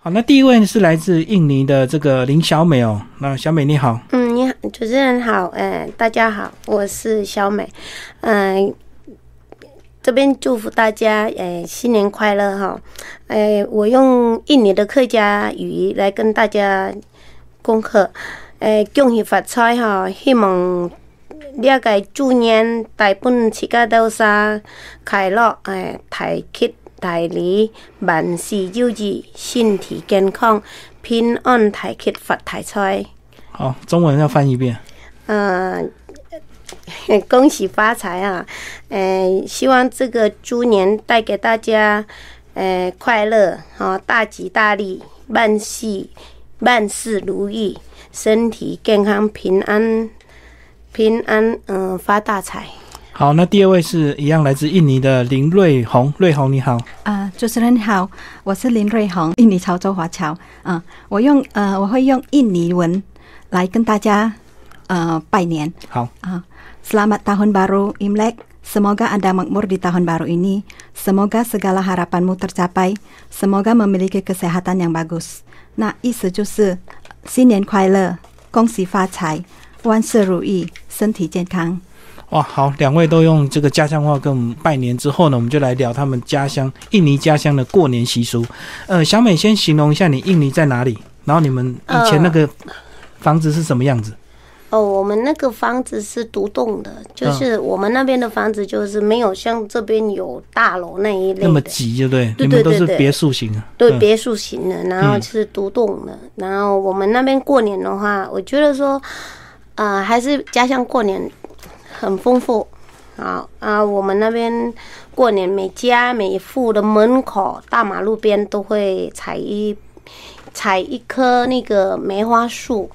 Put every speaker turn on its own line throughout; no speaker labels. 好，那第一位是来自印尼的这个林小美哦。那小美你好，
嗯，你好，主持人好，呃，大家好，我是小美，嗯、这边祝福大家，呃，新年快乐哈，呃，我用印尼的客家语来跟大家恭贺，呃，恭喜发财哈，希望呢個豬年大本持家豆沙快樂，誒大吉哎大利，萬事如意，身體健康，平安大吉發大財。
好，中文要翻一遍。
嗯、呃，恭喜发财啊！嗯、希望这个猪年带给大家，呃，快乐啊、大吉大利，万事万事如意，身体健康，平安平安，嗯、发大财。
好，那第二位是一样来自印尼的林瑞红，瑞红你好。
啊、主持人好，我是林瑞红，印尼潮州华侨。啊、我用呃，我会用印尼文来跟大家呃拜年
好，
啊、Selamat tahun baru Imlek. Semoga Anda makmur di tahun baru ini. Semoga segala harapanmu tercapai. Semoga memiliki kesehatan yang bagus. 那意思就是新年快乐，恭喜发财，万事如意，身体健康。
哇，好，两位都用这个家乡话跟我们拜年之后呢，我们就来聊他们家乡印尼家乡的过年习俗。呃，小美先形容一下你印尼在哪里，然后你们以前那个
呃
房子是什么样子？
哦，我们那个房子是独栋的，
啊
就是我们那边的房子就是没有像这边有大楼那一类
那么
的，
挤，对不对？
对
你们都是
对对
别墅型啊。
对
嗯
别墅型的，然后是独栋的，然后我们那边过年的话，我觉得说，呃，还是家乡过年很丰富。啊啊，我们那边过年，每家每户的门口、大马路边都会采一采一棵那个梅花树，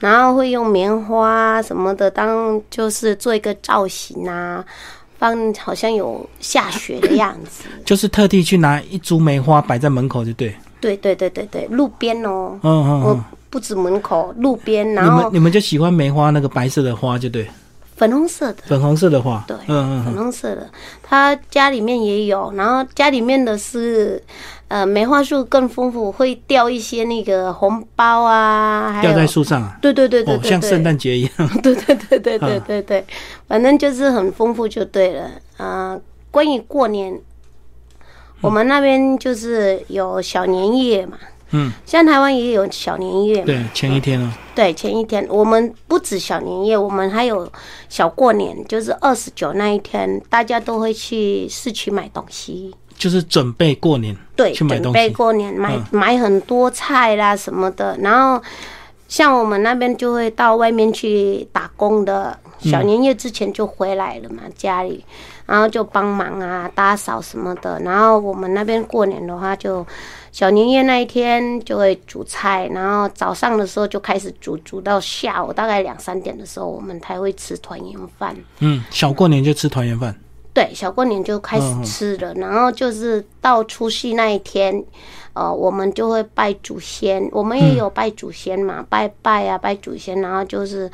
然后会用棉花什么的当就是做一个造型啊，放好像有下雪的样子。
就是特地去拿一株梅花摆在门口，就对。
对对对对对，路边哦，
嗯嗯
我
嗯。
不止门口，路边，
你
然
们
后
你们就喜欢梅花那个白色的花，就对，
粉红色的，
粉红色的花。
对
嗯嗯
粉
嗯。
红色的，他家里面也有，然后家里面的是，呃，梅花树更丰富，会掉一些那个红包啊，还有
吊在树上啊，
对对对对
哦，
对，
像
对
圣诞节一样。
对对对对对对对，反正就是很丰富就对了。啊，关于过年，我们那边就是有小年夜嘛，
嗯，
像台湾也有小年夜嘛，
对，前一天啊，
对，前一天我们不止小年夜，我们还有小过年，就是二十九那一天，大家都会去市区买东西，
就是准备过年。
对，
去买东
准
西
备过年买、
嗯
买很多菜啦什么的，然后像我们那边就会到外面去打工的，小年夜之前就回来了嘛、家里，然后就帮忙啊打扫什么的，然后我们那边过年的话就。小年夜那一天就会煮菜，然后早上的时候就开始煮，煮到下午大概两三点的时候，我们才会吃团圆饭。
嗯，小过年就吃团圆饭。
对，小过年就开始
嗯
吃了，然后就是到除夕那一天，呃，我们就会拜祖先，我们
嗯
也有拜祖先嘛，拜拜啊，拜祖先，然后就是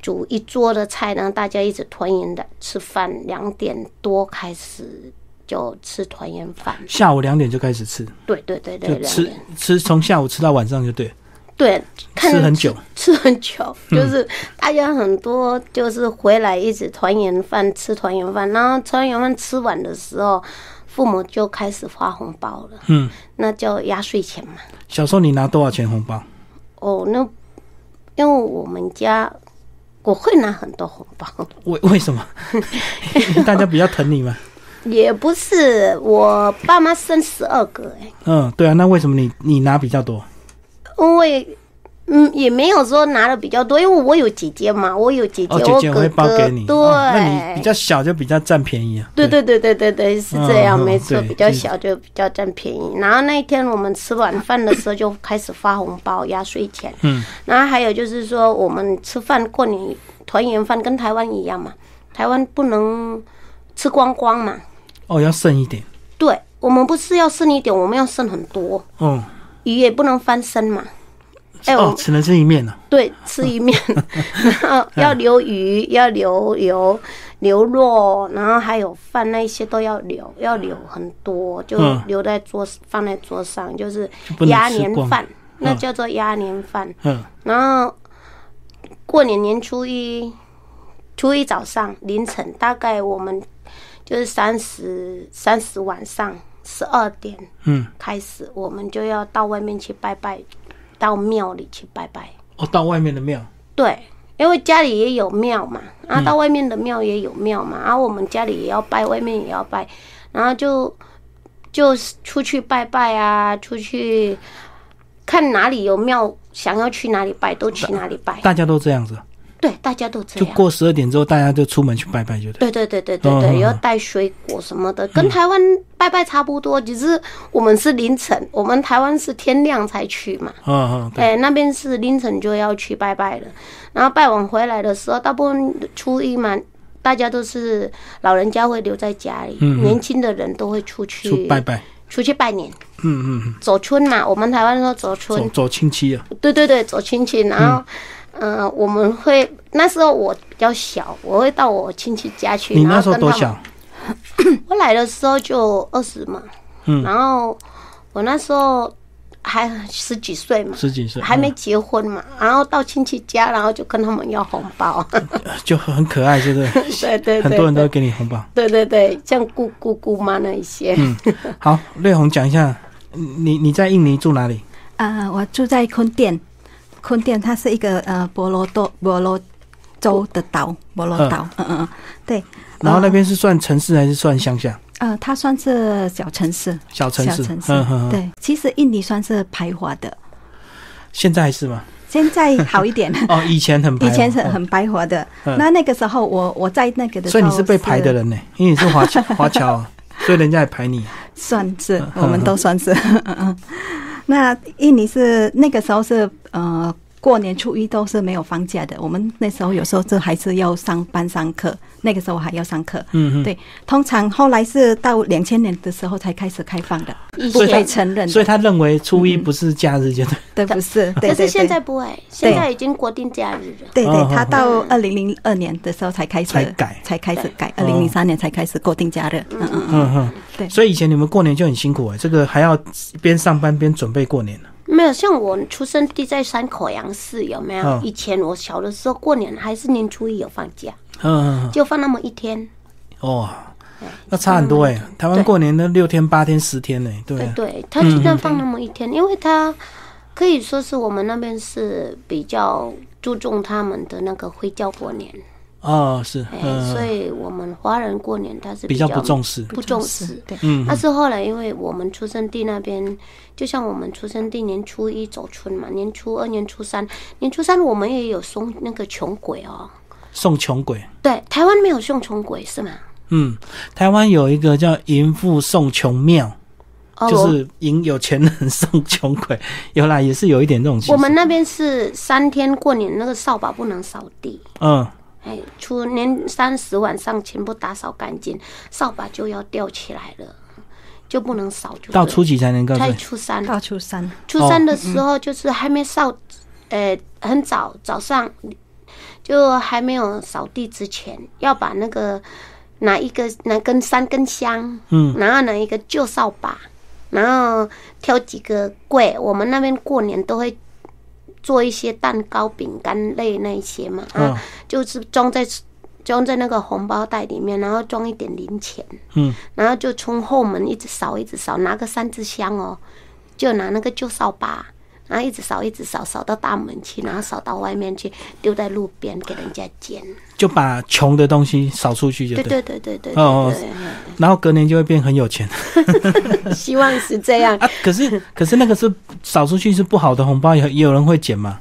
煮一桌的菜，然后大家一直团圆的吃饭，两点多开始就吃团圆饭，
下午两点就开始吃，
对对对对，
就
两
吃
点，
吃从下午吃到晚上就对，
对，看
吃很久。嗯
吃很久，就是大家很多就是回来一直团圆饭吃团圆饭，然后团圆饭吃完的时候，父母就开始发红包了，
嗯，
那叫压岁钱嘛。
小时候你拿多少钱红包？
哦，那因为我们家我会拿很多红包，
为为什么？大家比较疼你嘛。
也不是我爸妈生十二个哎、
嗯，对啊，那为什么你你拿比较多？
因为。嗯，也没有说拿的比较多，因为我有姐姐嘛，我有姐姐，
哦，姐姐
我
会
哥
包
哥，
给你，
对、
哦那你比较小就比较占便宜啊。
对对对对对对，是这样，
嗯嗯
没错，
对
比较
是
小就比较占便宜。然后那一天我们吃晚饭的时候就开始发红包、压岁钱，
嗯，
然后还有就是说我们吃饭过年团圆饭跟台湾一样嘛，台湾不能吃光光嘛，
哦，要剩一点。
对我们不是要剩一点，我们要剩很多，
哦，
鱼也不能翻身嘛。哎、我
哦，只能吃一面了、
对，吃一面，然后要留鱼，要留油，留肉，然后还有饭那一些都要留，要留很多，就
嗯
留在桌放在桌上，就是
就不能
鸭
吃
年
光
饭，那
嗯
叫做鸭年饭。
嗯，
然后过年年初一，初一早上凌晨，大概我们就是三十三十晚上十二点
嗯，
开始，我们就要到外面去拜拜，到庙里去拜拜。
哦，到外面的庙，
对，因为家里也有庙嘛，啊，到外面的庙也有庙嘛，啊，我们家里也要拜，外面也要拜，然后就就是出去拜拜啊，出去看哪里有庙，想要去哪里拜都去哪里拜。
大家都这样子，
对，大家都这
就
样。
过十二点之后，大家就出门去拜拜，就对。
对对对对对
嗯嗯
对，
嗯
要带水果什么的，跟台湾拜拜差不多，只是我们是凌晨，我们台湾是天亮才去嘛。
嗯嗯，对，
哎、那边是凌晨就要去拜拜了，然后拜完回来的时候，大部分初一嘛，大家都是老人家会留在家里，
嗯嗯
年轻的人都会出去
出拜拜，
出去拜年，
嗯嗯嗯，
走春嘛，我们台湾说走春
走，走亲戚啊，
对对对，走亲戚，然后。嗯、我们会那时候我比较小，我会到我亲戚家去。
你
然
那
后
时候
跟
多
他们
小？
我来的时候就二十嘛，
嗯
然后我那时候还十几岁嘛，
十几岁，
还没结婚嘛，然后到亲戚家，然后就跟他们要红 包，
嗯就很可爱，对不对？
对对对，
很多人都会给
对
你红包。
对对对，像姑姑姑妈那一些，
嗯，好，瑞红讲一下，你你在印尼住哪里？
啊，我住在坤甸，坤甸它是一个呃婆罗多婆罗洲的岛，婆罗岛，嗯嗯嗯，对。
然后那边是算城市还是算乡下？
呃，它算是小城市，
小城市
小城，市，
嗯嗯，嗯
对。其实印尼算是排华的，
现在还是吗？
现在好一点。
哦，以前 很排
以
华，
前是
嗯
很白活的，
嗯
那那个时候我我在那个的时
所
候，
以你是被排的，人呢，因为你是华侨华侨啊，所以人家也排你。
算是
嗯
我们都算是。 嗯那印尼是那个时候是呃过年初一都是没有放假的，我们那时候有时候就还是要上班上课，那个时候还要上课。
嗯嗯，
对，通常后来是到两千年的时候才开始开放的，
以
不被
前，
承认
所以
的，
他认为初一不是假日，就对。
对不是？对
可
对
是现在
对，
不会，现在已经国定假日了。
对
嗯
对，他
嗯
到二零零二年的时候才开始
才改
才开始改，
哦
二零零三年才开始固定假日。嗯嗯嗯，
嗯嗯，
对
所以以前你们过年就很辛苦哎、这个还要边上班边准备过年啊
没有，像我出生地在山口洋市，有没有？
嗯
以前我小的时候过年还是年初一有放假，
嗯嗯，
就放那么一天。
哦，那差很多哎、台湾
对
过年那六天八天十天呢、对不嗯
对
对？
对，他就算放那么一天，因为他可以说是我们那边是比较注重他们的那个回教过年。
哦，是，
哎、
嗯，
所以我们华人过年他是
比较不重视，
不重视。
对，
嗯，
但是后来，因为我们出生地那边，就像我们出生地年初一走春嘛，年初二、年初三，年初三我们也有送那个穷鬼哦。
送穷鬼。
对，台湾没有送穷鬼是吗？
嗯，台湾有一个叫“淫妇送穷庙”，
哦，
就
我
是引有钱人送穷鬼。 有啦，也是有一点这种情。
我们那边是三天过年，那个扫把不能扫地。
嗯，
哎，初年三十晚上全部打扫干净，扫把就要吊起来了，就不能扫就
到
对
初几啊才能告诉
才
你？
初三，
到初三，
初
哦
三
嗯
的时候就是还没扫，呃，很早早上就还没有扫地之前，要把那个拿一个拿根三根香，
嗯，
然后拿一个旧扫把，然后挑几个柜，我们那边过年都会。做一些蛋糕、饼干类那一些嘛，啊，
嗯
就是装在装在那个红包袋里面，然后装一点零钱，
嗯，
然后就从后门一直扫，一直扫，拿个三支香哦，就拿那个旧扫把，然后一直扫，一直扫，扫到大门去，然后扫到外面去，丢在路边给人家捡。
就把穷的东西扫出去就
对
对。
对对对对对
哦
对，
然后隔年就会变很有钱
嗯希望是这 样。
啊。可 是可是那个是扫出去是不好的红包，也也有人会捡嘛。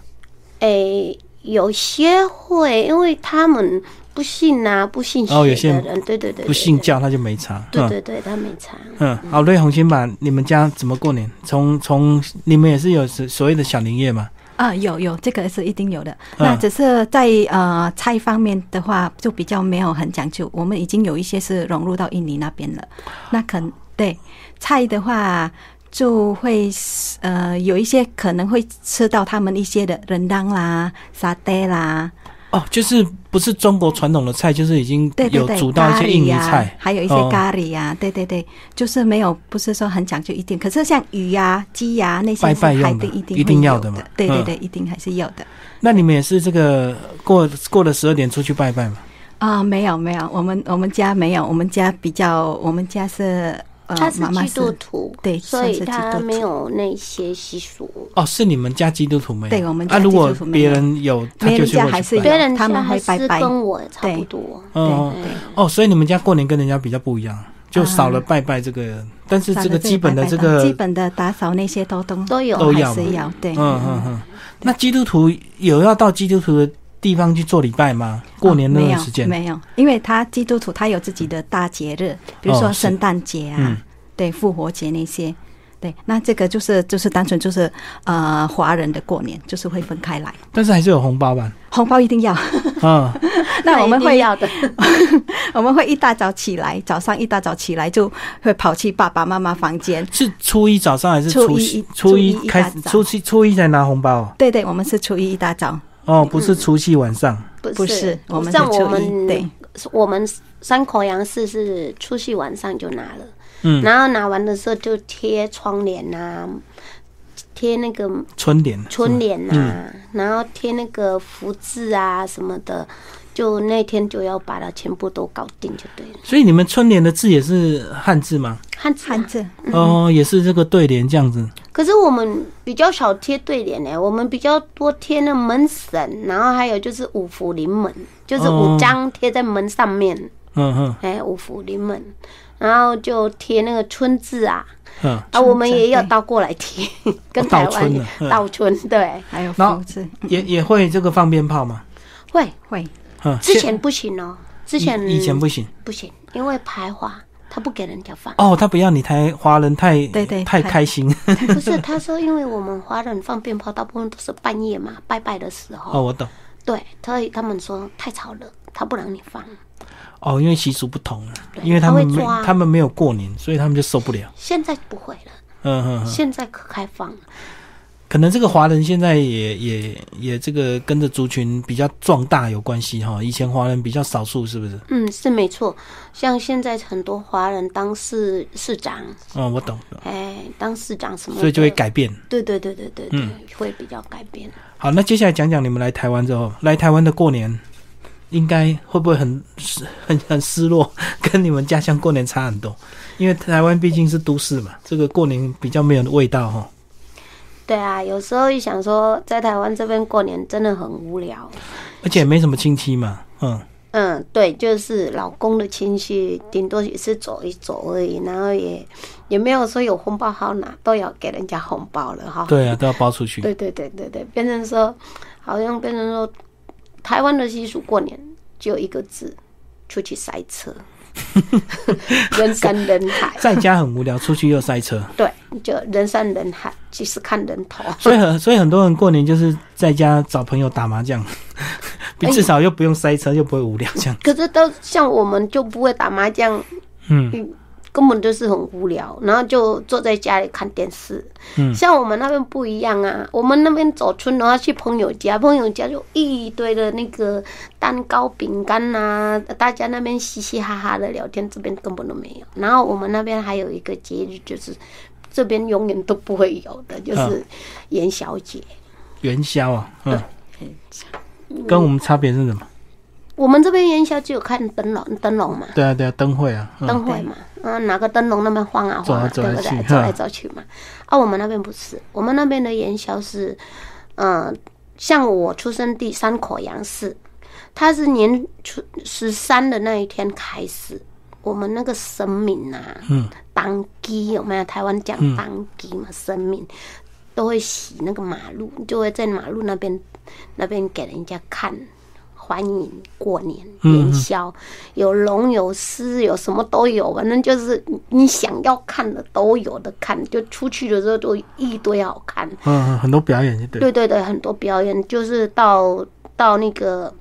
诶，有些会，因为他们不信呐、不信邪
哦有些
的人，对对对，对
不信，教他就没差。
对
嗯
对对对，他没查。
嗯，好，瑞红先把你们家怎么过年？从从你们也是有所所谓的小年夜嘛？
啊，有有，这个是一定有的。
嗯
那只是在呃菜方面的话，就比较没有很讲究。我们已经有一些是融入到印尼那边了。那可能对菜的话，就会呃有一些可能会吃到他们一些的人当啦、沙爹啦，
哦，就是不是中国传统的菜，就是已经
对对
有
对，
煮到
咖
一
喱
些印尼
呀
菜，
还有一些
哦
咖喱呀、对对对，就是没有不是说很讲究一定，可是像鱼呀、鸡呀、那些
拜拜
是还
用的
得一定
一定
会
要
有
的嘛
对对
嗯
对，一定还是有的。
那你们也是这个过过了十二点出去拜拜嘛？
啊、没有没有，我们我们家没有，我们家比较，我们家是呃，
他是
妈妈
基督徒，
对
所
算
以
是基
他
督
没
徒
有那些习俗。
哦，是你们家基督徒没有？
对我们
啊，
家
如果
基督徒没
别
有
人有，他
别
就
人
去
家
过去
还是
拜
有
别人
他们
家
会拜
是
拜
跟我差不
对
多，
哦
对对
哦，所以你们家过年跟人家比较不一样，就少了拜拜这个，但是
算
这个
了
基本的
拜拜
这
吧基
个，
本的打扫那些都都
都有
都
还
要嘛
是要对，
嗯嗯嗯。那基督徒有要到基督徒的地方去做礼拜吗？过年那
没
段
有
时间，
哦啊没有，因为他基督徒他有自己的大节日，比如
哦
说
是
圣诞节啊，
嗯
对复活节那些，对，那这个就是就是单纯就是呃华人的过年就是会分开来，
但是还是有红包 吧？
红包一定要，
嗯，
那我们
一定
会
要的。
我们会一大早起来，早上一大早起来就会跑去爸爸妈妈房间。
是初一早上还是
初
初
一
夕
一
初
初
一
一一
开
大
始？
早
初七初一才拿红包哦
对对，我们是初一一大早，
哦，不是除夕晚上。
不
不
是
是，我们是
像
初
我们嗯
一，对，
我们三口洋式是出去晚上就拿了，
嗯
然后拿完的时候就贴窗帘啊，贴那个
春联，
春联啊，然后贴那个福字啊什么的，就那天就要把它全部都搞定就对了。
所以你们春联的字也是汉字吗？
汉字啊、
汉字
哦，也是这个对联这样子。
可是我们比较少贴对联呢、我们比较多贴那门神，然后还有就是五福临门，就是
哦
五张贴在门上面。
嗯哼
哎，五福临门，然后就贴那个春字啊，
嗯，
啊，我们也要
对
倒过来贴， 跟
哦倒
台湾
春
一
啊
样
嗯
倒春，对，
还有
然后
福字
也也会这个放鞭炮嘛。
会
会
嗯，
之
现
前不行哦，之
以
前
以前不行，
不行，因为排华他不给人家放
哦，他不要你太华人太
对对
太
太
开心
不是他说，因为我们华人放鞭炮大部分都是半夜嘛，拜拜的时
哦，
候，
我懂
对，所以他们说太吵了，他不让你放，
哦，因为习俗不同了，
对
因为他们
他会
没
抓
他们没有过年，所以他们就受不了。
现在不会了，
嗯哼哼，
现在可开放了，
可能这个华人现在也也也这个跟着族群比较壮大有关系哈，以前华人比较少数是不是？
嗯，是没错，像现在很多华人当市市长。
嗯，我懂，
哎，当市长什么的，
所以就会嗯改变。
对对对对对对，会比较改变。
好，那接下来讲讲你们来台湾之后，来台湾的过年，应该会不会很失很很失落， 跟你们家乡过年差很多？因为台湾毕竟是都市嘛，这个过年比较没有味道哈。
对啊，有时候一想说，在台湾这边过年真的很无聊。
而且也没什么亲戚嘛，嗯，
嗯，对，就是老公的亲戚，顶多也是走一走而已，然后也也没有说有红包好拿，都要给人家红包了哈。
对啊，都要包出去。
对对对对对，变成说，好像变成说，台湾的习俗过年只有一个字，出去塞车， 人山人海。
在家很无聊，出去又塞车，
对，就人山人海，其实看人头。
所以很所以很多人过年就是在家找朋友打麻将，
哎
比至少又不用塞车，又不会无聊这样。
可是到像我们就不会打麻将，
嗯，
根本就是很无聊，然后就坐在家里看电视。
嗯
像我们那边不一样啊，我们那边走村然后去朋友家，朋友家就一堆的那个蛋糕、饼干呐、大家那边嘻嘻哈哈的聊天，这边根本都没有。然后我们那边还有一个节日，就是这边永远都不会有的，
嗯
就是元宵节。
元宵啊，嗯，
嗯
跟我们差别是什么？
我们这边元宵只有看灯笼，灯笼嘛。
对啊，对啊，灯会啊，嗯
灯会嘛，嗯，拿个灯笼那边晃啊晃啊，
走
对
来
不
走去
对？走
哈
来走去嘛。啊，我们那边不是，我们那边的元宵是，嗯，像我出生地山口洋市，它是年初十三的那一天开始，我们那个神明呐、啊，
嗯，
当机有没有？台湾讲当机嘛，神明都会洗那个马路，就会在马路那边那边给人家看。欢迎过年
嗯
元宵，有龙有狮有什么都有，反正就是你想要看的都有的看，就出去的时候都一堆好看。
嗯，嗯很多表演就对了。
对对对，很多表演就是到到那个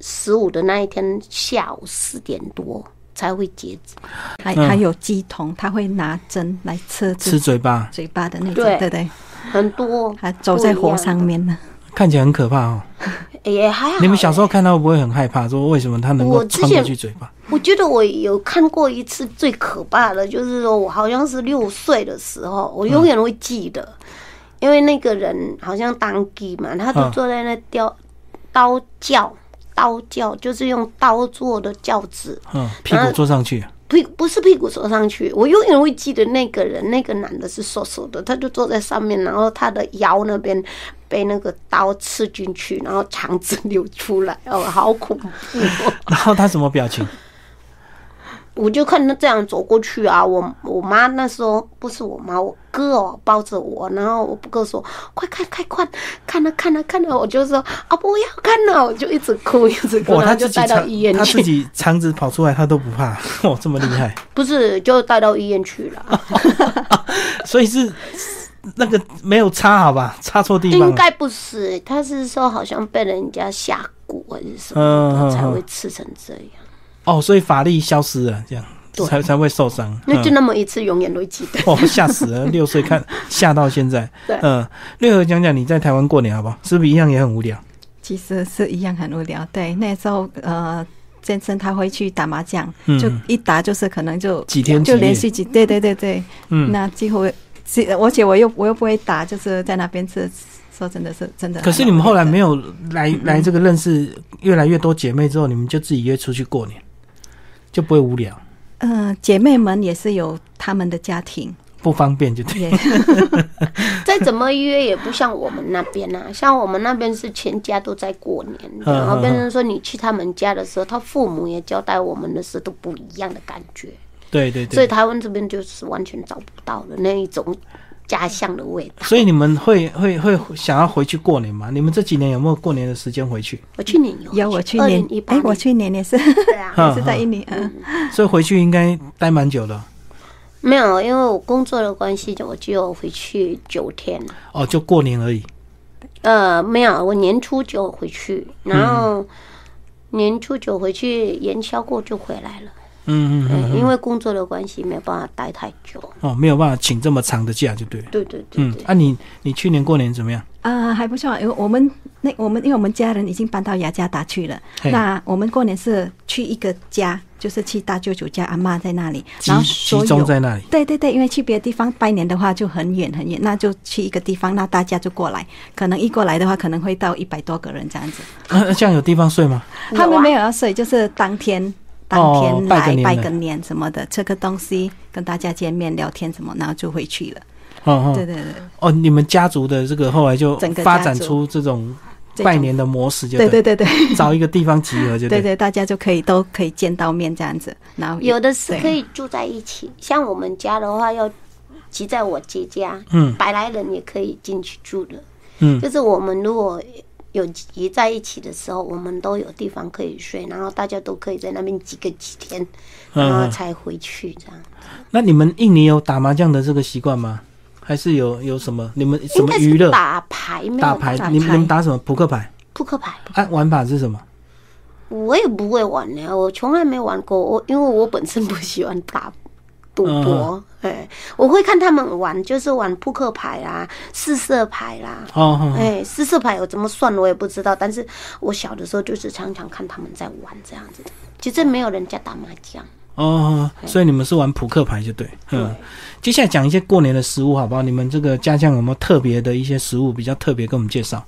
十五的那一天下午四点多才会截止。
还
嗯
还有鸡筒，他会拿针来刺
吃
自己
嘴巴，
嘴巴的那种，
对
对对，
很多
还走在
不一
火
样
上面呢。
看起来很可怕哦。
也还好。
你们小时候看到会不会很害怕？说为什么它能够
我之
穿过
前
去嘴巴？
我觉得我有看过一次最可怕的，就是说我好像是六岁的时候，我永远会记得，因为那个人好像当机嘛，他就
嗯
坐在那雕刀轿，刀轿就是用刀做的轿子，
嗯，屁股坐上去，
屁不是屁股坐上去，我永远会记得那个人，那个男的是瘦瘦的，他就坐在上面，然后他的腰那边被那个刀刺进去，然后肠子流出来，哦，好恐怖、哦！
然后他什么表 情？
我就看他这样走过去啊，我我妈那时候不是我妈，我哥哦抱着我，然后我哥说快看快看看啊看啊看啊，我就说啊不要看了、我就一直哭 一直哭，
哇，哦
然
他
后就
自己
带到
肠
医院
他自
去，
己肠子跑出来，他都不怕， 哇，这么厉害！
不是就带到医院去了，
啊所以是那个没有插好吧？插错地方
应
了。
该不是，他是说好像被人家下蛊还是什
嗯
么
嗯
的才
嗯
会刺成这样，
哦，所以法力消失了，这样
对
才才会受伤。
那就
嗯
那么一次，永远都会记得。
哦，吓死了！六岁看吓到现在，
对
嗯，六合讲讲你在台湾过年好不好？是不是一样也很无聊？
其实是一样很无聊。对，那时候呃，先生他会去打麻将，
嗯
就一打就是可能就
几天
就
几夜
连续几，对对对对，
嗯，
那几乎是，而且我又我又不会打，就是在那边是说真的是真的。
可是你们后来没
有，
有来
嗯
来这个认识越来越多姐妹之后，你们就自己约出去过年，就不会无聊，
嗯，姐妹们也是有他们的家庭，
不方便
嗯
就对。
也
再怎么约也不像我们那边 啊，像我们那边是全家都在过年，
嗯
然后变成说你去他们家的时候，他父母也交代我们的事都不一样的感觉，
对对
所
对，
以台湾这边就是完全找不到的那一种家乡的味道。
所以你们会会会想要回去过年吗？你们这几年有没有过年的时间回去？
我去年有
有我去
二
年
零一，八
哎，
年，
我去年也是
对啊，
嗯
也是在印尼，嗯，
所以回去应该待蛮久的
没有，因为我工作的关系，我就回去九天。
哦，就过年而已。
呃，没有，我年初九回去，然
嗯
后年初九回去，元宵过就回来了。
嗯嗯嗯，
嗯，因为工作的关系，没有办法待太久。
哦，没有办法请这么长的假就对了。
对对对
嗯
对，，
啊你你去年过年怎么样？
啊，还不错，因为我们那我们因为我们家人已经搬到雅加达去了，
嘿
那我们过年是去一个家，就是去大舅舅家阿嬷在那里，
集
然后
集
所
中
有
在那里。
对对对，因为去别的地方拜年的话就很远很远，那就去一个地方，那大家就过来，可能一过来的话，可能会到一百多个人这样子。
啊这样有地方睡吗？
有啊
他们没有要睡，就是当天当天
哦拜个
来
年
拜
的
个年什么的，吃个东西，跟大家见面聊天什么，然后就回去了。
哦
对
哦
对对
哦，你们家族的这个后来就
整个
发
家
展
族
出这种
这种
拜年的模式，就
对对对对
找一个地方集合就
对
对。
对，大家就可以都可以见到面这样子，然后
有的是
对
可以住在一起，像我们家的话，要集在我姐家，
嗯
百来人也可以进去住的。
嗯
就是我们如果有集在一起的时候，我们都有地方可以睡，然后大家都可以在那边几个几天，
嗯
然后
嗯
才回去这样。
那你们印尼有打麻将的这个习惯吗？还是有有什么你们什
应
么
该
娱
是
乐？
打牌，没有
打牌
打，
你们
牌
你们打什么扑克牌？
扑克牌。
啊，玩法是什么？
我也不会玩呢，我从来没玩过。我因为我本身不喜欢打赌博，哎、我会看他们玩，就是玩扑克牌啦、四色牌啦。
哦哦，哦
哎、四色牌我怎么算我也不知道，但是我小的时候就是常常看他们在玩这样子，其实没有人家打麻将。
哦，所以你们是玩扑克牌就对，嗯
对。
接下来讲一些过年的食物好不好？你们这个家乡有没有特别的一些食物比较特别，跟我们介绍，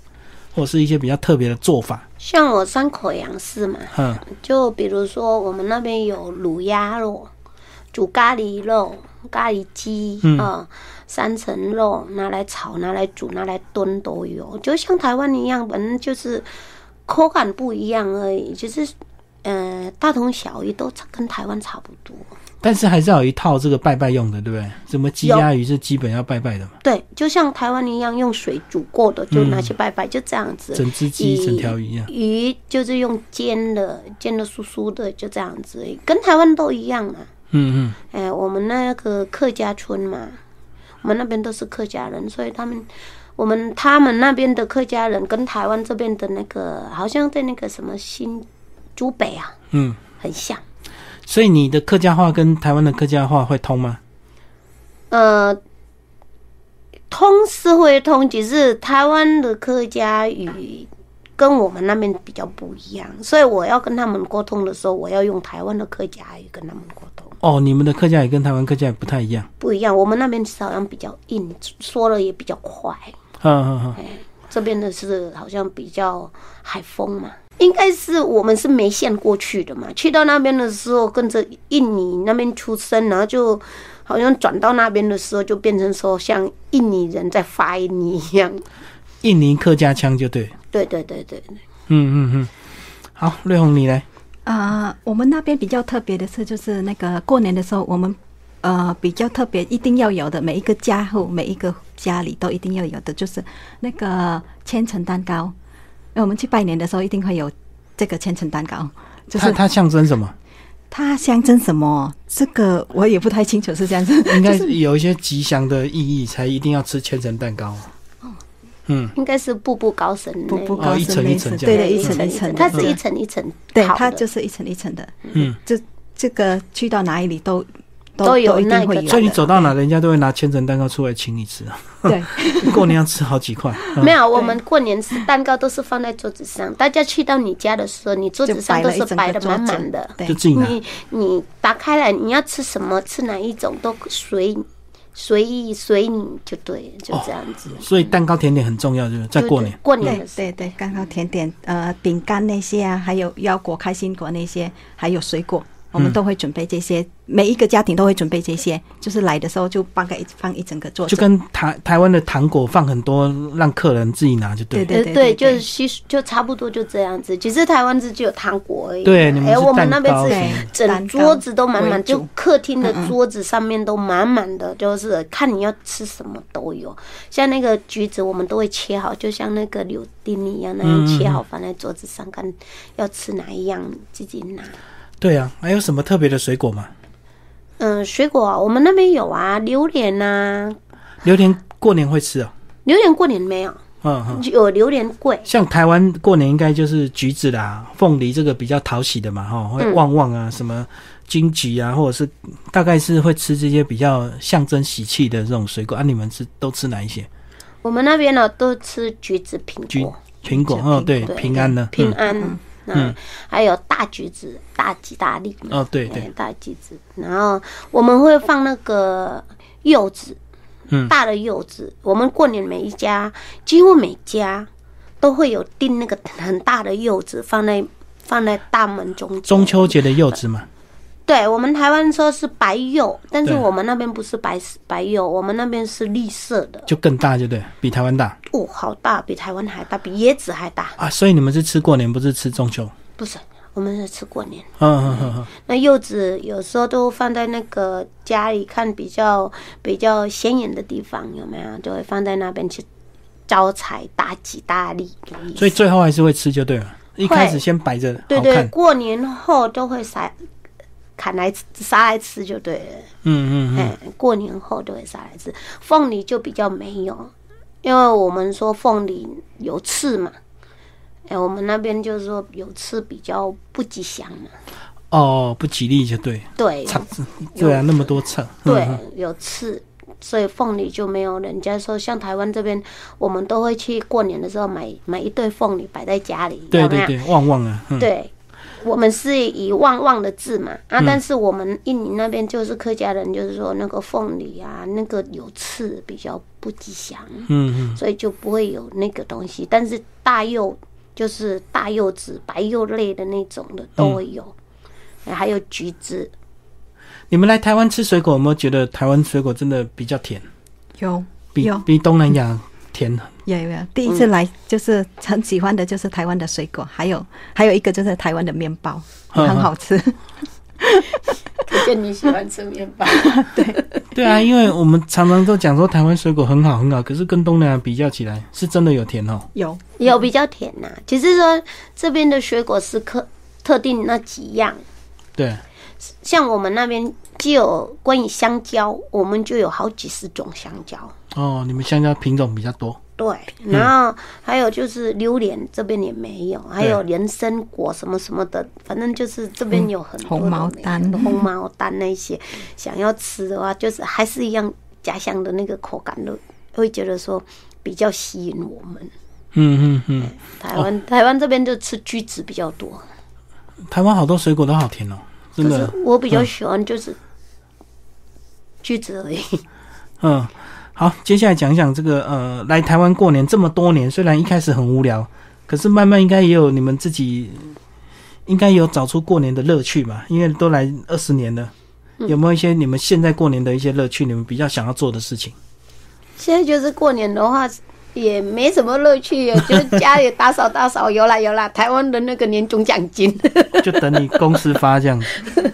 或是一些比较特别的做法？
像我三口杨氏嘛，
嗯，
就比如说我们那边有卤鸭肉、煮咖喱肉、咖喱鸡啊、
嗯
呃三层肉，拿来炒、拿来煮、拿来炖都有，就像台湾一样，反正就是口感不一样而已，就是呃大同小异，都差跟台湾差不多。
但是还是要有一套这个拜拜用的，对不对？什么鸡鸭鱼是基本要拜拜的嘛，
对，就像台湾一样，用水煮过的就拿去拜拜，就这样子。
整只鸡、
以
整条鱼一啊样。
鱼就是用煎的，煎的酥酥的，就这样子而已，跟台湾都一样啊。
嗯嗯，
哎，我们那个客家村嘛，我们那边都是客家人，所以他们，我们他们那边的客家人跟台湾这边的那个，好像在那个什么新竹北啊，
嗯，
很像。
所以你的客家话跟台湾的客家话会通吗？
呃，通是会通，只是台湾的客家语跟我们那边比较不一样，所以我要跟他们沟通的时候，我要用台湾的客家语跟他们沟通。
哦，你们的客家也跟台湾客家也不太一样。
不一样，我们那边好像比较硬，说了也比较快。
嗯嗯嗯，
哎，这边的是好像比较海风嘛，应该是我们是没线过去的嘛。去到那边的时候，跟着印尼那边出生，然后就好像转到那边的时候，就变成说像印尼人在发音一样。
印尼客家腔就对。
对对对对，对
嗯嗯嗯，好，瑞红你来。
啊，我们那边比较特别的是，就是那个过年的时候，我们呃比较特别，一定要有的，每一个家户、每一个家里都一定要有的，就是那个千层蛋糕。那我们去拜年的时候，一定会有这个千层蛋糕，就
它
是
它象征什么？
它象征什么？这个我也不太清楚是这样子。
应该有一些吉祥的意义，才一定要吃千层蛋糕。嗯，
应该是步步高升那
步
一
步
种
高
哦一
升
层
类
一层
似，
这样
对的，一层一层的，
它是一层一层，
对，
它
它就是一层一层的。
嗯，
这这个去到哪里都都
都有
一
那
定会
个
有的，
嗯所以你走到哪，人家都会拿千层蛋糕出来请你 吃啊。
对，
过年要吃好几块。嗯
没有，我们过年吃蛋糕都是放在桌子上，大家去到你家的时候，你桌
就
子上都
了一
是
整
摆的
个桌
满
子
满的。
就
对，
自己拿。
你你打开来，你要吃什么，吃哪一种都随随意随你就对了，就这样子。
所以蛋糕甜点很重要，哦就是在
就
过年。
过年
对
的时候，
对对，刚刚甜点呃饼干那些啊，还有腰果、开心果那些，还有水果，
嗯
我们都会准备这些，每一个家庭都会准备这些，就是来的时候就放个一放一整个桌子，
就跟台台湾的糖果放很多，让客人自己拿就对了。
对
呃
对对
就是西就差不多就这样子。其实台湾是只有糖果而已嘛，
对你们
哎，
是
我们那
蛋
边
糕什
是
么
整
蛋糕
桌子都满
为
满，
主嗯
就客厅的桌子上面都满满的，就是看你要吃什么都有。像那个橘子，我们都会切好，就像那个柳丁一样，那样切
嗯
好放在桌子上，看要吃哪一样自己拿。
对啊，还有什么特别的水果吗？
嗯，水果啊我们那边有啊，榴莲呐、
榴莲过年会吃哦。
榴莲过年没有，
嗯嗯，
有榴莲桂，
像台湾过年应该就是橘子啦、凤梨这个比较讨喜的嘛，哈，
嗯
会旺旺啊，什么金桔啊，或者是大概是会吃这些比较象征喜气的这种水果啊。你们是都吃哪一些？
我们那边呢都吃橘子、苹
橘
果、
苹果，
橘
哦，
苹
对，
对
平安呢，
平
嗯，
安，嗯，还有大橘子、大吉大利嘛，
哦，对
哎
对，
大橘子。然后我们会放那个柚子，
嗯
大的柚子。我们过年每一家，几乎每家都会有订那个很大的柚子，放在放在大门中间。
中秋节的柚子嘛，
对我们台湾说是白柚，但是
对
我们那边不是白白柚，我们那边是绿色的。
就更大，就对，比台湾大
哦，好大，比台湾还大，比椰子还大。
啊。所以你们是吃过年，不是吃中秋。
不是，我们是吃过年。
嗯嗯嗯嗯，
那柚子有时候都放在那个家里看比较比较显眼的地方，有没有？就会放在那边去招财、大吉大利的意思。
所以最后还是会吃就对了。一开始
会
先摆着，
对
好
对，
看。
过年后都会杀砍来吃杀来吃就对了。
嗯嗯嗯，
哎、过年后都会杀来吃。凤梨就比较没有，因为我们说凤梨有刺嘛，哎、我们那边就是说有刺比较不吉祥嘛。
哦，不吉利就对，
对，
差，对啊，那么多菜。嗯
对，有刺，所以凤梨就没有。人家说像台湾这边，我们都会去过年的时候买买一对凤梨摆在家里，
对
有没
对
有？
对，旺旺啊，嗯，
对我们是以旺旺的字嘛啊，但是我们印尼那边就是客家人，就是说那个凤梨啊，那个有刺比较不吉祥，
嗯嗯，
所以就不会有那个东西。但是大柚就是大柚子、白柚类的那种的都会有，还有橘子。
你们来台湾吃水果，有没有觉得台湾水果真的比较甜，
有
比
有
比东南亚甜？
有有，第一次来就是很喜欢的就是台湾的水果，还有还有一个就是台湾的面包，
嗯
很好吃。
可见你喜欢吃面包。
对啊，因为我们常常都讲说台湾水果很好很好，可是跟东南亚比较起来，是真的有甜哦。
有
有比较甜呐、只是说这边的水果是特特定那几样，
对，
像我们那边就有关于香蕉，我们就有好几十种香蕉。
哦，你们香蕉品种比较多，
对，
嗯
然后还有就是榴莲这边也没有，还有人参果什么什么的，反正就是这边有很多的
嗯红毛丹
红毛丹那些，想要吃的话，就是还是一样家乡的那个口感的，会觉得说比较吸引我们。
嗯嗯嗯，
台
哦
湾、台湾这边就吃橘子比较多，
台湾好多水果都好甜哦，真
可
的
啊
是。我比
嗯
较喜欢就是橘子而已。
嗯，好，接下来讲一讲这个呃，来台湾过年这么多年，虽然一开始很无聊，可是慢慢应该也有你们自己，应该有找出过年的乐趣嘛，因为都来二十年了。有没有一些你们现在过年的一些乐趣，你们比较想要做的事情？
现在就是过年的话，也没什么乐趣， 就是家里打扫打扫。有啦有啦，台湾的那个年终奖金，
就等你公司发这样子。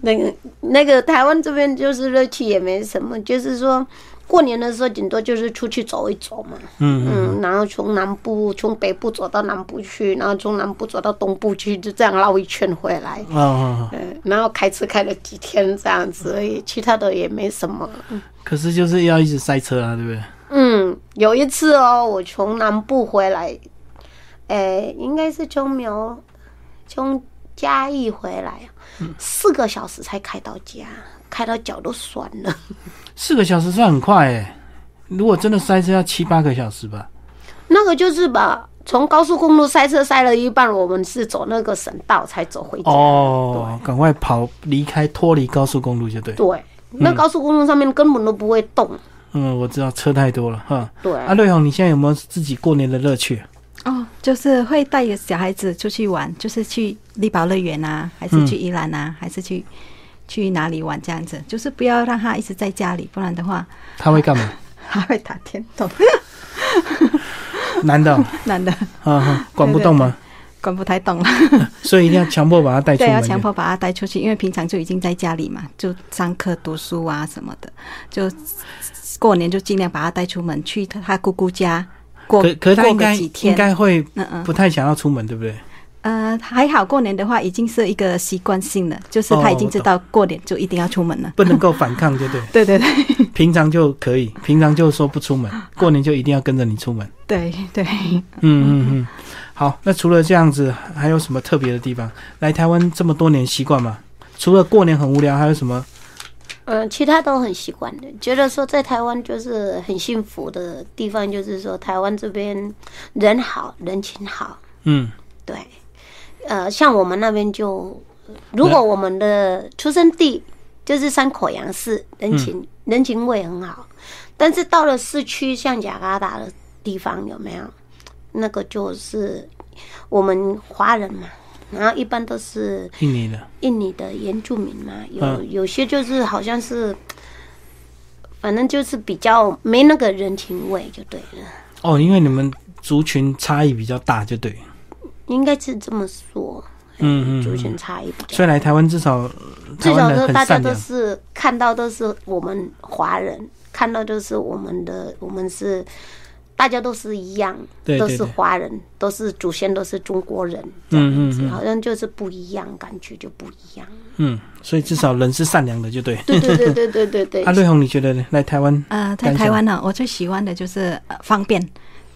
那个那个台湾这边就是乐趣也没什么，就是说过年的时候顶多就是出去走一走嘛，
嗯嗯，
嗯，然后从南部从北部走到南部去，然后从南部走到东部去，就这样绕一圈回来。
哦哦，哦
嗯，然后开车开了几天这样子而已，其他的也没什么。
可是就是要一直塞车啊，对不对？
嗯，有一次哦，我从南部回来，诶，应该是从苗，从嘉义回来，四个小时才开到家，开到脚都酸了。
四个小时算很快诶、如果真的塞车要七八个小时吧。
那个就是把从高速公路塞车塞了一半，我们是走那个省道才走回家。
哦，赶快跑离开，脱离高速公路就对。
对，那高速公路上面根本都不会动。
嗯，我知道车太多了哈。
对，
啊，瑞红，你现在有没有自己过年的乐趣？
哦，就是会带着小孩子出去玩，就是去力宝乐园啊，还
嗯
是去宜兰啊，还是去去哪里玩这样子，就是不要让他一直在家里，不然的话
他会 干嘛？
他会打电动，
男的哦，
男的
啊，哈管不动吗？
管不太 动了，
所以一定要强迫把他带出
对，要
门。
强迫把他带出去，因为平常就已经在家里嘛，就上课读书啊什么的，就过年就尽量把他带出门，去他姑姑家过
可可是他
过
应
个
该
几
应
天，
该会
嗯嗯。
不太想要出门，对不对？
呃，还好过年的话已经是一个习惯性了，就是他已经知道过年就一定要出门了。
不能够反抗，对不 对？
对对对
平常就可以，平常就说不出
嗯
门，过年就一定要跟着你出门。
对对，
嗯嗯嗯。好，那除了这样子，还有什么特别的地方？来台湾这么多年习惯嘛，除了过年很无聊，还有什么？
嗯，其他都很习惯的，觉得说在台湾就是很幸福的地方，就是说台湾这边人好，人情好，
嗯，
对，呃，像我们那边就，如果我们的出生地就是山口洋市，
嗯
人情、人情味很好，但是到了市区，像雅加达的地方有没有？那个就是我们华人嘛，然后一般都是
印尼的，
印尼的原住民嘛，有、
嗯
有些就是好像是，反正就是比较没那个人情味就对了，
哦，因为你们族群差异比较大，就对。
应该是这么说，
嗯嗯
族
嗯。
群差异比较。
所以来台湾至少呃台
至少
湾
说
人
大
很
家
善
都
良，
是看到都是我们华人，看到就是我们的，我们是大家都是一样，
对
都
对
是
对
华人，都是祖先都是中国人，
嗯
这样
嗯
子、
嗯
好像就是不一样，感觉就不一样。
嗯，所以至少人是善良的，就 对。
对对对对对对对，
阿瑞红，你觉得呢？来台湾，
呃，在
感想
台湾呢、我最喜欢的就是、呃、方便，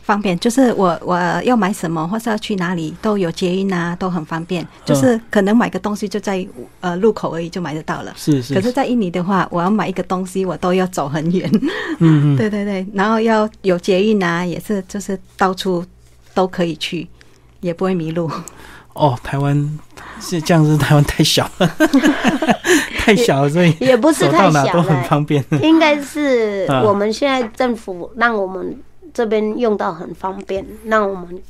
方便就是我我要买什么或是要去哪里都有捷运啊，都很方便，就是可能买个东西就在呃路口而已就买得到了。
是是
可是，在印尼的话，我要买一个东西，我都要走很远。
嗯嗯，
对对对，然后要有捷运啊，也是就是到处都可以去，也不会迷路。
哦，台湾是这样子，台湾太 小了，太小了，所以
也不是
走
太
到哪
小
都很
了，
方便。
应该是
啊
我们现在政府让我们这边用到很方便，让我们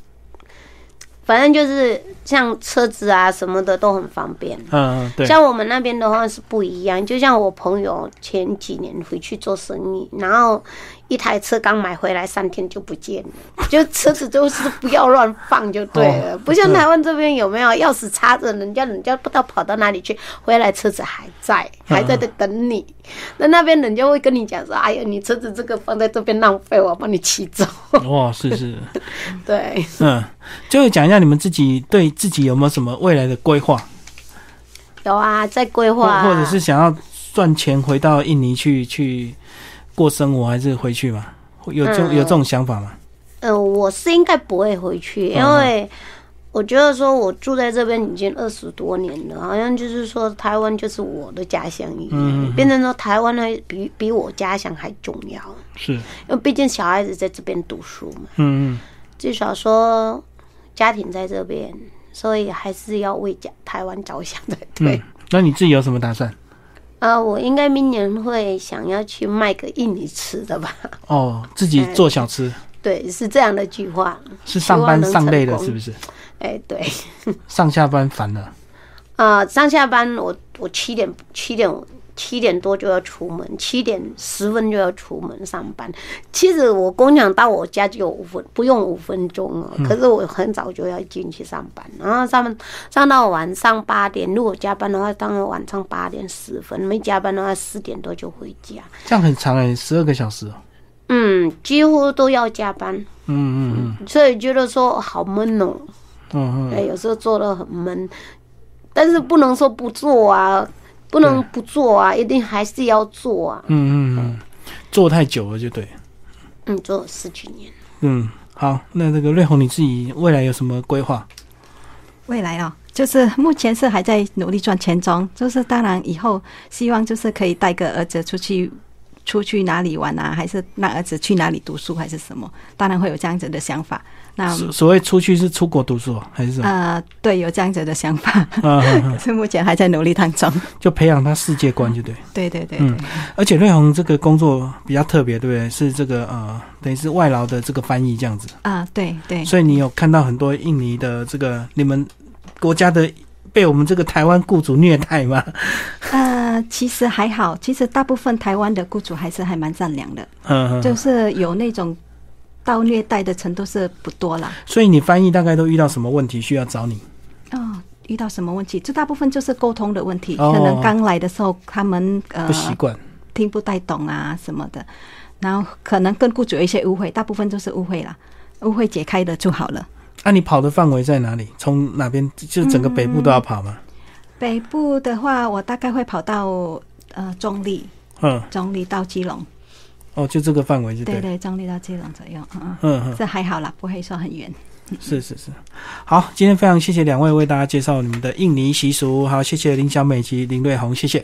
反正就是像车子啊什么的都很方便。
嗯嗯，对，
像我们那边的话是不一样，就像我朋友前几年回去做生意，然后一台车刚买回来三天就不见了， 就车子就是不要乱放就对了，
哦
不像台湾这边有没有钥匙插着，人家人家不知道跑到哪里去，回来车子还在，还
嗯
在这等你。那那边人家会跟你讲说：“哎呀，你车子这个放在这边浪费，我帮你骑走。
哇，是是，”
对，
嗯，就讲一下你们自己对自己有没有什么未来的规划，
有啊，在规
或
划啊，
或者是想要赚钱回到印尼去去过生活，还是回去嘛？
嗯
有这有这种想法吗？
呃，我是应该不会回去，因
嗯
为我觉得说，我住在这边已经二十多年了，好像就是说，台湾就是我的家乡一样，
嗯
变成说台湾呢比比我家乡还重要，
是，
因为毕竟小孩子在这边读书嘛，
嗯嗯，
至少说家庭在这边，所以还是要为家台湾着想才对。
嗯，那你自己有什么打算？
啊、我应该明年会想要去卖个印尼吃的吧？
哦，自己做小吃，
对，是这样的计划。
是上班
希望能
上累了
成功
是不是？
哎、对，
上下班烦了，
啊、上下班我我七点七点七点多就要出门，七点十分就要出门上班。其实我工厂到我家就有五分，不用五分钟哦。可是我很早就要进去上班，然后上班上到晚上八点，如果加班的话，当然晚上八点十分；没加班的话，四点多就回家。
这样很长哎、欸，十二个小时哦、
嗯，几乎都要加班，
嗯嗯
所以觉得说好闷哦。
嗯嗯
哎、有时候做的很闷，但是不能说不做啊，不能不做啊，一定还是要做啊。
嗯嗯嗯，做太久了就对。
嗯，做了十几年，
嗯，好，那这个瑞红你自己未来有什么规划？
未来哦，就是目前是还在努力赚钱中，就是当然以后希望就是可以带个儿子出去。出去哪里玩啊？还是让儿子去哪里读书，还是什么？当然会有这样子的想法。那
所所谓出去是出国读书哦还是
啊
什么？
呃，对，有这样子的想法，
啊，啊啊
可是目前还在努力当中。
就培养他世界观就对。
对对对，
嗯，而且瑞红这个工作比较特别，对不对？是这个呃，等于是外劳的这个翻译这样子，
啊，对对，
所以你有看到很多印尼的这个你们国家的被我们这个台湾雇主虐待吗？
呃，其实还好，其实大部分台湾的雇主还是还蛮善良的，
嗯，
就
嗯
是有那种到虐待的程度是不多啦。
所以你翻译大概都遇到什么问题需要找你？
哦，遇到什么问题？就大部分就是沟通的问题，
哦
可能刚来的时候他们呃
不习惯，
听不太懂啊什么的，然后可能跟雇主有一些误会，大部分都是误会啦，误会解开了就好了。
那、啊你跑的范围在哪里？从哪边？就整个北部都要跑吗？
北部的话，我大概会跑到呃中立，
嗯，
中立到基隆，
哦，就这个范围就对
对
了。
对，中立到基隆左右，嗯嗯。
嗯嗯，
这还好啦，不会说很远。
是是是，好，今天非常谢谢两位为大家介绍你们的印尼习俗，好，谢谢林小美及林瑞红，谢谢。